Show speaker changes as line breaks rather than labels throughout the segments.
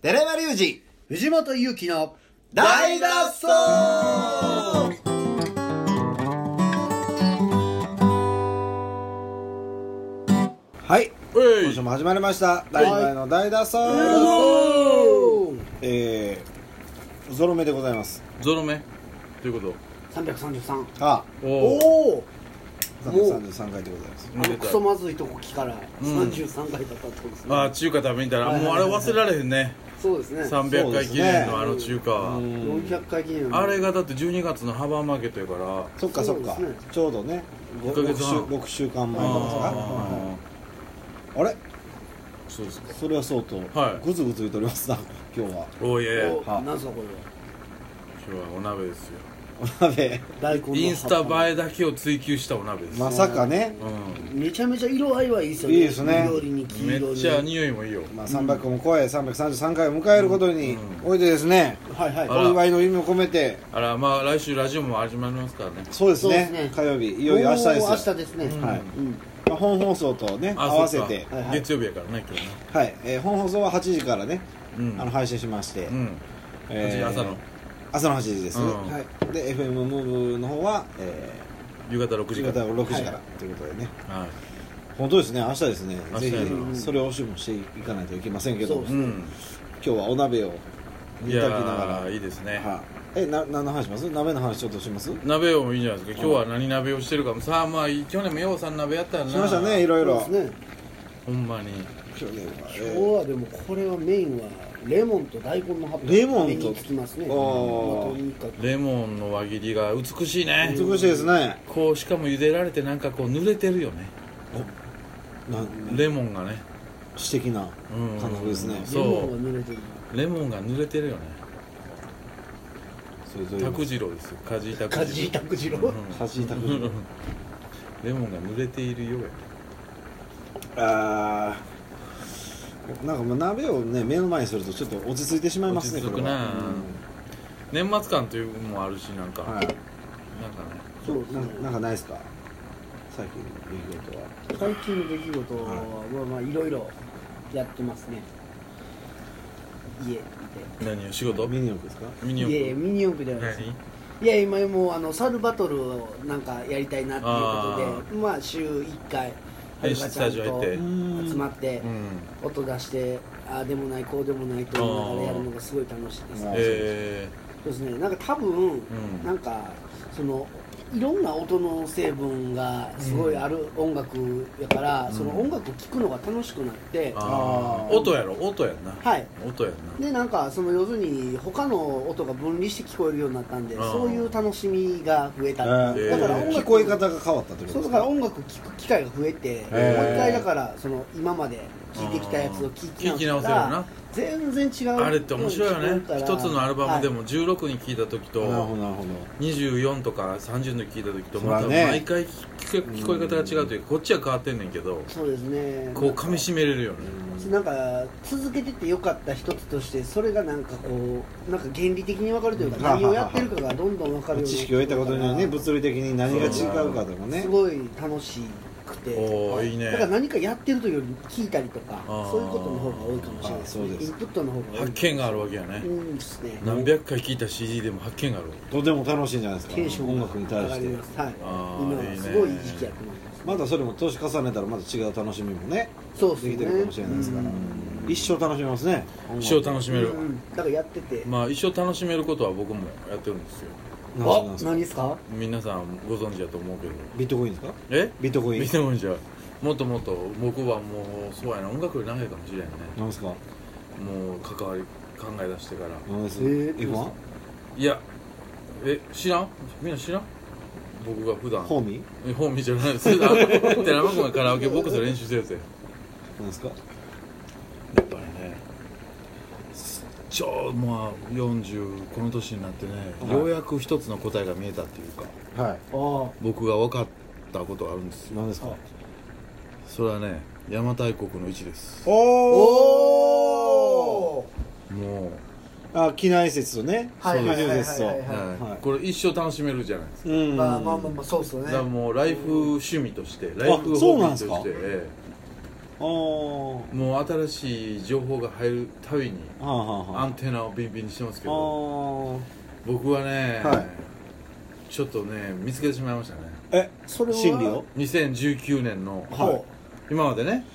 寺山隆二
藤本勇樹の
大脱走
はい
え
今週も始まりました「大前の大脱走」えーゾロ目でございます
ゾロ目ということ
333
あ
おお
おお
あ333回でございます
あのクソまずいとこ木から
うん
33回だったってことですね、
ああ中華食べに行った
は
ら
い
もうあれ忘れられへんね
そうですね
300回記念のあの中華
う
は
ん
400回記念の
あれがだって12月のハーバーマーケットやから
そっかそっか
そうですね
ちょうどね
一ヶ月半
6週間前とかですか
ああ
あれ
そうですか
それはそうと
はい
グツグツ言っておりますな今日は
おいえ
お
は
なんすかこれは
今日はお鍋ですよ
お鍋
大根の
インスタ
え
映えだけを追求したお鍋ですう
まさかね
ん
めちゃめちゃ色合いはいいですよね
いいですね
緑に黄
め
色に
っちゃ匂いもいいよ
まあ300も超え333回を迎えることにおいてですね
はいはい
あ
お祝いの意味を込めて
あらまあ来週ラジオも始まりますからね
そうです
そうですね
ね火曜日いよいよ明日です
おー明日ですね、
はい
うん
まあ本放送とね合
あ
わせ
そっか
て
はいはい
月曜日やからね今日ね
はい、えー本放送は8時からね、
うん
あの配信しまして、
うん
えー
8時朝の
朝の8時です、
うん
はい
で FM ムーブの方は、え
夕方6
9時
時
か
からら
6時から、
は
ということでね
は
本当ですね明日ですね
明
ぜ
日
ひ
やな
それをおしもしていかないといけませんけど
そう
も
で
い
す
今
うん
日はお鍋をい
い
ただき
や
なが
ーいいですね
らはいえな何の話します鍋の話ちょっとしますし
鍋をもいいんじゃないですか今日は何鍋をしてるかもさあまあ去年もようさん鍋やったらな
ましたねいろいろ
そうですね
ほんまに
去年はえ
今
ー
日はでもこれはメインはレモンと大根の葉っぱ
レモンと
目につきますね
あ
まあ
ー
とにかく
レモンの輪切りが美しいね
美しいですね
こうしかも茹でられてなんかこう濡れてるよね
なん
レモンがね
詩的な
うん
感覚ですね
そ
レ
う
モンが濡れてる
レモンが濡れてるよね
それぞれ
拓次郎ですよ梶井拓
カジ
次
ータクジロ
郎
家事宅
うんレモンが濡れているようや
あーなんかもう鍋をね目の前にするとちょっと落ち着いてしまいますね
落ち着
こ
く
れは
な年末感というのもあるしなんか
うん
なん
はい
かね
そうなんかなんかないですか最近の出来事は
最近の出来事はまあまあいろいろやってますね家で
何を仕事
ミニ四駆ですか
ミニオン
いやいやミニ四駆ではないです
何
いや今もうあの猿バトルをなんかやりたいなっていうことでまあ週1回
編集スタジオ入って
はるかちゃんと集まって
うん
音出してああでもないこうでもないと言いながらやるのがすごい楽しいです
あー
え
そうですねなんか多分、
ん
なんかそのいろんな音の成分がすごいある音楽やから、その音楽を聴くのが楽しくなって
ー、あ
あ
ー
ー
音やろ音やんな
はい
音やん
でなんかその要するに他の音が分離して聞こえるようになったんで
あー
そういう楽しみが増えた、
え
ー
ー
だから音楽
聞こえ方が変わったってこ
そ
とで
うだ
す
から
か
音楽聴く機会が増えて、
ー
もう一回だからその今まで聴いてきたやつを聴
聞
き
き直
直
せるよ
したら
な
全然違う
なあれって面白いよ
ように
ね
聞こえるから
一つのアルバムで
は
も16に聴いた時
なるほど
と
なるほど
24とか30の聴いた時と
そら
また
ね
毎回聞聞こえ方が違うというかこっちは変わってんねんけど
い、そうですね
こう噛み締めれるよね
なんか続けててよかった一つとしてそれがなんかこうなんか原理的に分かるというか
はあはあ
何をやってるかがどんどん分かるようになって
知識を得たことによってね物理的に何が違うかとかね
すごい楽しくて
おーいいね
だから何かやってるというより聞いたりとか
あー
そういうことの方が多いかもしれない
あそうです
インプットの方が多い
発見があるわけやね
うんですね
何百回聴いた CD でも発見があるわけ
とても楽しいんじゃない
テン
です
シ
か
ョン
音
が
楽に対し
上がり
て
ますはい
あー
今
いい
は
ね
すごいいい時期やと思います
まだそれも年重ねたらまた違う楽しみもね
そう
でき
ですね
てるかもしれないですから一生楽しめますね
一生楽しめる
うんうんだからやってて
まあ一生楽しめることは僕もやってるんですよ
何
あ
ですか
何ですか
皆さんご存知だと思うけど
ビットコインですか
え
ビットコイン
見てもいいじゃんもっともっと僕はもうそうやな音楽より長いかもしれんね
何ですか
もう関わり考え出してから
何です
えー
F1?
いやえ知らんみんな知らん僕が普段
ホーミー
え本見じゃない です寺山君がカラオケボックスで練習してるやつや
何ですか
やっぱりねちょうまあ40この年になってね、
はい
ようやく一つの答えが見えたっていうか
はい
あ
僕が分かったことがあるんですよ
何ですか
それはね邪馬台国の位置です
おお
もう
あ機内説とね
はい
居住説と
はいはいはい
はい
はい
これ一生楽しめるじゃないですか、
うん
まあまあまあまあそうっすよね
だからもうライフ趣味としてライフ
そ
ホ
う
ビ
なん
ー
です
とし
か
てえ
お
もう新しい情報が入るたびに
はあはあ
ア
は
ンテナをビンビンにしてますけ
あ
ど
お
僕はね、
はい
ちょっとね見つけてしまいましたね
え
それは
心理を
2019年の、
は
今までね、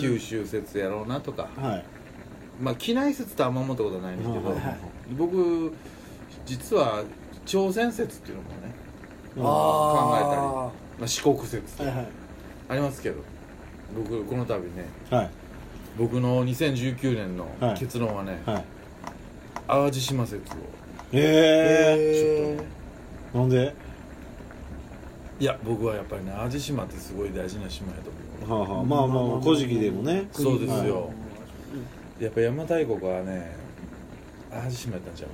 九州説やろうなとか、
はい
まあ機内説ってあんま思ったことないんですけど、
はいはいはい
僕実は朝鮮説っていうのもね、
あ
まあ、四国説
ーはいはい
ありますけど僕この度ね
はい
僕の2019年の
はい
結論はね、
はい
淡路島説を
え
ちょっとね
えなんで
いや僕はやっぱりね淡路島ってすごい大事な島やと思う
はあはあまあまあまあ古事記でもね
そうですよ、
は
やっぱ邪馬台国はね淡路島やったんちゃ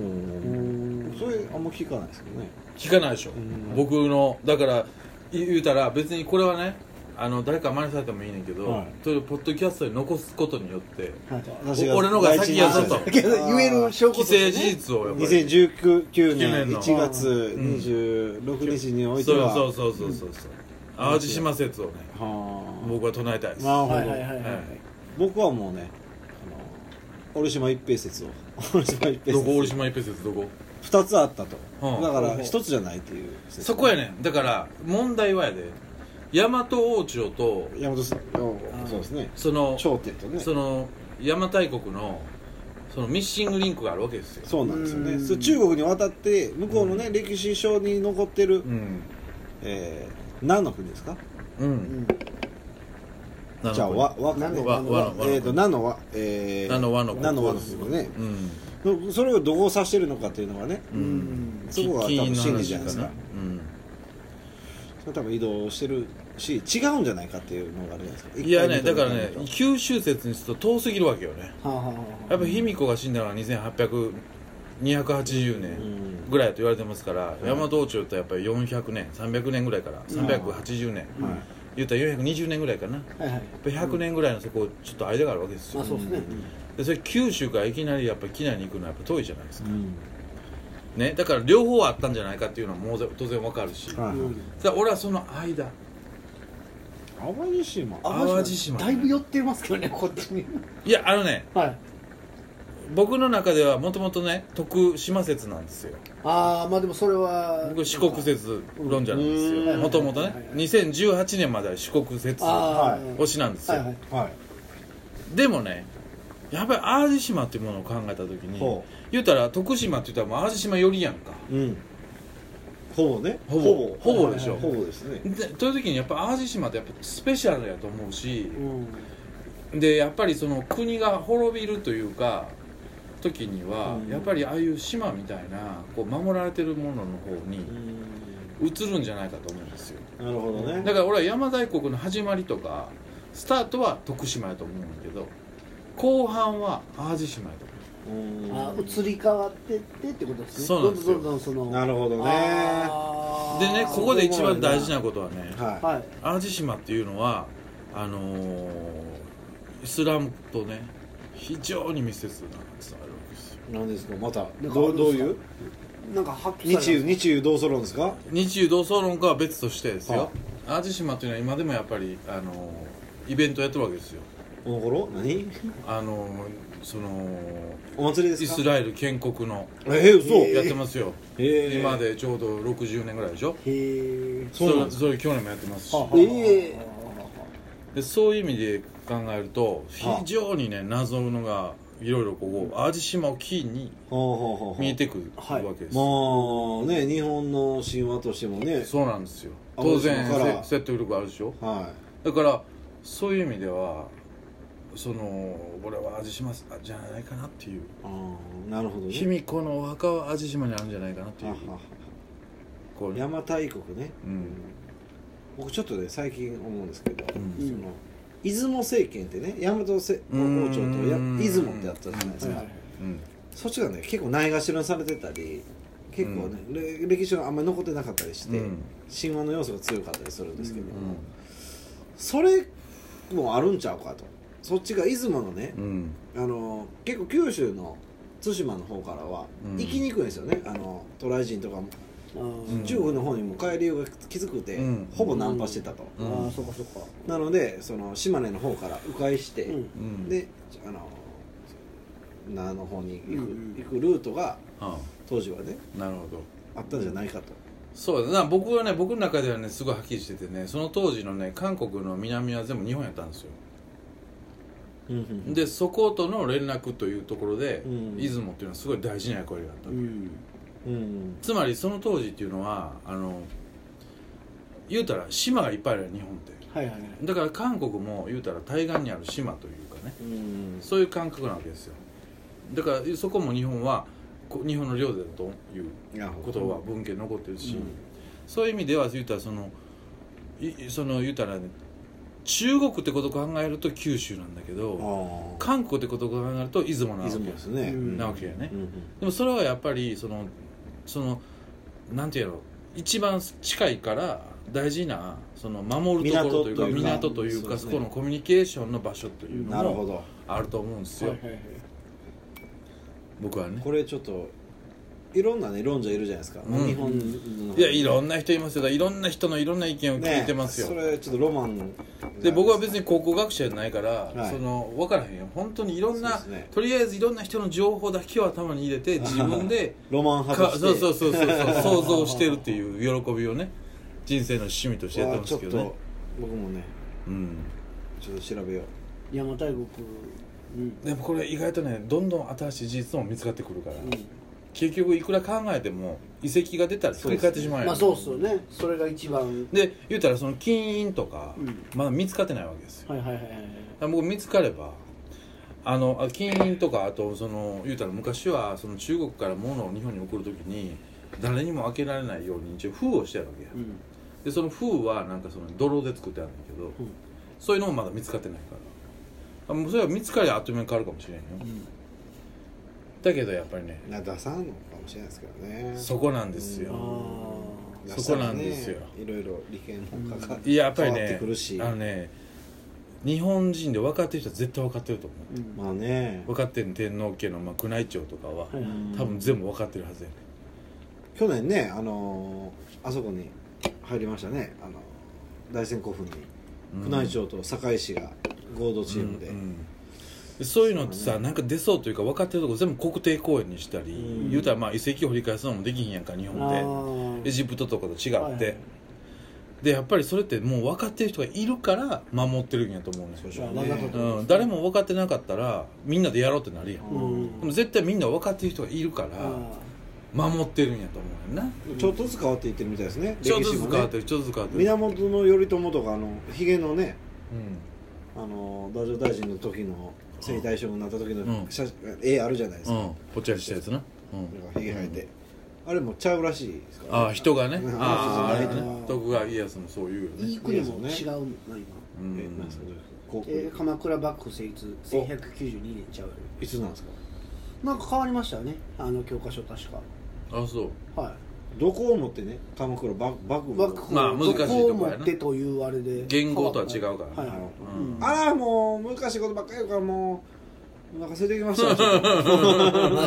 うかない
うんそれあんま聞かないですけどね
聞かないでしょ、
ん
僕のだからい言うたら別にこれはねあの誰か真似されてもいいねんけど、
はい
とりあえずポッドキャストに残すことによって
私が
俺のが先やぞと
第一
けど言える証拠
既成
としてね
事実をやっぱり
2019
19年
年
の
1月26日において
そう
は
そうそうそうそうそう淡路島説をね
は
僕は唱えたいで
あ
す、
なるほど、
はいはいはいはい
は
僕はもうねあの折島一平説を折島一
い、どこ
平説
折島一平説どこ
2つあったと、
うん
だから
うん
1つじゃないっていう説
そこやねんだから問題はやで大和王朝と
大和さんそうですね
その
頂点とね
その邪馬台国のそのミッシングリンクがあるわけですよ
そうなんですよ
う
ね
ん
そう中国に渡って向こうのね、歴史書に残ってる、
うん
えー、何の国ですか
う
うんん
なの
じゃあ和和かね
何の
和和の
えーと何の和えー
何の和の国
何の和の国ね
うん
そそれをどこを指してるのかっていうのがね
う
うんん
そこが多分真理じゃないですか
金うん
それ多分移動してるし違うんじゃないかっていうのがあるじゃないですか
いやねだからね
一回見た
九州説にすると遠すぎるわけよね
はあはあはあ
やっぱ卑弥呼が死んだのは2800280年ぐらいと言われてますから、大和王朝ってやっぱり400年300年ぐらいから380年、
らはい
言ったら420年ぐらいかなやっ
はいはい
ぱ100年ぐらいのそこちょっと間があるわけですよ、
まあそうですね
でそれ九州からいきなりやっぱり機内に行くのはやっぱ遠いじゃないですか、
うん
ね、だから両方あったんじゃないかっていうのはもうぜ当然わかるし、
はいはい
さあ俺はその間
淡路島
あ淡路島
だいぶ寄ってますけどねこっちに
いやあのね
はい
僕の中ではもともとね徳島説なんですよ
ああまあでもそれは
僕四国説論者なんです
う
よ
ん
もともとね
はいはいはい
2018年までは四国説
ああ
推しなんですよ、
はいはい
はい
でもねやっぱり淡路島っていうものを考えた時に
ほ
言うたら徳島って言ったらもう淡路島寄りやんか
うんほぼね
ほぼほぼでしょ
ほぼですね
でという時にやっぱ淡路島ってやっぱスペシャルやと思うし
うん
でやっぱりその国が滅びるというか時には
うん
やっぱりああいう島みたいなこう守られてるものの方に移るんじゃないかと思うんですよ
なるほどね
だから俺は邪馬台国の始まりとかスタートは徳島やと思うんだけど後半は淡路島やと思
うん
あー移り変わってってってことですね
そうなんですよ
どんどんどんどんその
なるほどね
あ
う
ー
でねここで一番大事なことはね
は
はい
淡路島っていうのはあのーイスラムとね非常に密接なつながりなんですよ
いなんですかまた
なんか
どうどうい
ある
うん
なんか発揮
日中日中どうするんですか
日中同窓論家は別としてですよ淡路島というのは今でもやっぱりあのイベントやってるわけですよ
この頃何
あのその
お祭りで
イ
す
ス
か
ラエル建国の
えー嘘
えー
やってますよ、
えー
今でちょうど60年ぐらいでしょ
へえ
そうなん
れ
です
それ去年もやってますし
はあは
ええ
でそういう意味で考えると非常にね謎のがいろいろこう淡路島をキーに
ほうほうほうほう
見えてくる
はい
わけです、
まあね日本の神話としてもね
そうなんですよ
淡
当
路島
然
から
せ説得力あるでしょ
は
だからそういう意味ではその俺は味島じゃないかなっていう
いああなるほどね
卑弥呼のお墓は味島にあるんじゃないかなってい
あ
う
はは
こう
邪馬台国ね
うん
僕ちょっとね最近思うんですけど、
うん
その出雲政権ってね大和せ王
うん
朝とや出雲ってあったじゃないですか、
はいはい
うん
そっちがね結構ないがしろにされてたり結構ね、れ歴史があんまり残ってなかったりして、
うん
神話の要素が強かったりするんですけど、
うん
それもあるんちゃうかとそっちが出雲のね
う、ん
あの結構九州の対馬の方からは
うん
行きにくいんですよね、あの渡来人とかも
うん
中国の方にも帰りようがきつくて、
うん
ほぼナンパしてたと、
うん
ああそっかそっか
なのでその島根の方から迂回して、
うん
うん
であの奈良の方に行く,、
うん
行くルートが
あ
当時はね
あなるほど
あったんじゃないかと、
そうだな僕はね僕の中ではねすごいはっきりしててねその当時のね韓国の南は全部日本やったんですよでそことの連絡というところで、
うん
出雲っていうのはすごい大事な役割があった、
うん
うん
つまりその当時っていうのはあの言うたら島がいっぱいあるやん日本って
はいはいはい
だから韓国も言うたら対岸にある島というかね
うん
そういう感覚なわけですよだからそこも日本はこ日本の領土だという
なるほど
ことは文献に残ってるし、
うん
そういう意味では言うたらそのいその言うたらね中国ってことを考えると九州なんだけど
あ
韓国ってことを考えると出雲な
あ
わ
出
け
雲ですね、
うん
なわけやね、
うん
でもそれはやっぱりそのそのなんていうの一番近いから大事なその守るところというか港という
港というかそ
かそ
うですね
このコミュニケーションの場所という
うん
の
なるほ
も
ど
あると思うんですよ、
はいはいはい
僕はね
これちょっといろんなね論者いるじゃないですか、
うん
日本の
いやいろんな人いますよだからいろんな人のいろんな意見を聞いてますよ、
ね、それちょっとロマン
で僕は別
に
に高校学者じゃないから、
はい
その分からへんよ本当にいろんな、
そうですね
とりあえずいろんな人の情報だけを頭に入れて自 分で
ロマン
か
派として
そうそうそうそう想像してるっていう喜びをね人生の趣味としてやって
わあ
ま
ちょ
す
っ
けどね
と僕もね
うん
ちょっと調べよう
邪馬台国うん
でもこれ意外とねどんどん新しい事実も見つかってくるから、
う
結局いくら考えても遺跡が出たらひっくり返ってしまうんやん
まあそうっすよねそれが一番
で言うたらその金印とか、
うん
まだ見つかってないわけですよ
はいはいはいはい
だから僕見つかればあのあ金印とかあとその言うたら昔はその中国から物を日本に送るときに誰にも開けられないように一応封をしてあるわけや、
うん
でその封はなんかその泥で作ってあるんだけど、
うん
そういうのもまだ見つかってないからあもうそれは見つかりゃあっという間に変わるかもしれんよ、
ん
だけどやっぱりね
な出さんのかもしれないですけどね
そこなんですよ、
あ
出
そ
した
こ
らね
なんですよ
いろいろ利権もかか
いややっぱり
変わっ
ね
てくるし
あのね日本人で分かってる人は絶対分かってると思う、
ーうん
まあね
分かってる天皇家の、まあ、宮内庁とかは、
はいはい
多分全部分かってるはずやね
去年ねあのーあそこに入りましたねあの大仙古墳に
うん
宮内庁と堺市が合同チームで、
うんうんそういうのってさ、なんか出そうというか分かってるとこ全部国定公園にしたり、
うん
言うたらまあ遺跡を掘り返すのもできひんやんか日本
あ
でエジプトとかと違って、
はいはい
でやっぱりそれってもう分かってる人がいるから守ってるんやと思うねん
そうでし
じゃ
ょ
あ
うね
わざと
うん、誰も分かってなかったらみんなでやろうってなるやん、
ーうん
でも絶対みんな分かってる人がいるから
あ
守ってるんやと思うねんな
ちょっとずつ変わっていってるみたいですね
ちょっとずつ変わって
る
るちょっとずつ変わってる、
源頼朝とかあのひげのね
うん
あの太政大臣の時の征夷大将軍になった時の
うん
写、絵あるじゃないです
う
か、
ん、ぽっちゃりしたやつな、うん、
ひげ生えて、あれもちゃうらしいですから、
ああ人がね
うん
あああ
話
れ
じゃないと
ね徳川家康もそう言うよ
ーい
ね
い国も違うのな今
う
えなん
ん
ですかどういうこと航空
えー鎌倉幕府成立1192年ちゃうよ
いつなんですか
なんか変わりましたよねあの教科書確か
あそう
はい
どこを持ってね鎌倉幕幕府
幕府
まあ難しいとこやな
を持ってというあれで
言語とは違うからね
はいはい
うん
うん
ああもう難しいことばっかり言うからもうお腹空いてきましたよ
まあ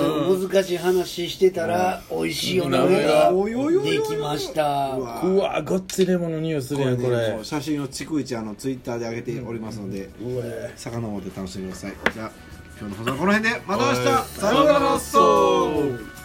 でも難しい話してたら美味しいお鍋ができました
うわ
うわごっついレモンの匂いするやんこ
ね
れ
もう写真を逐一あのツイッターで上げておりますので魚を持って楽しんでくださいじゃあ今日の放送はこの辺でまた明日
はい
さようなら
そう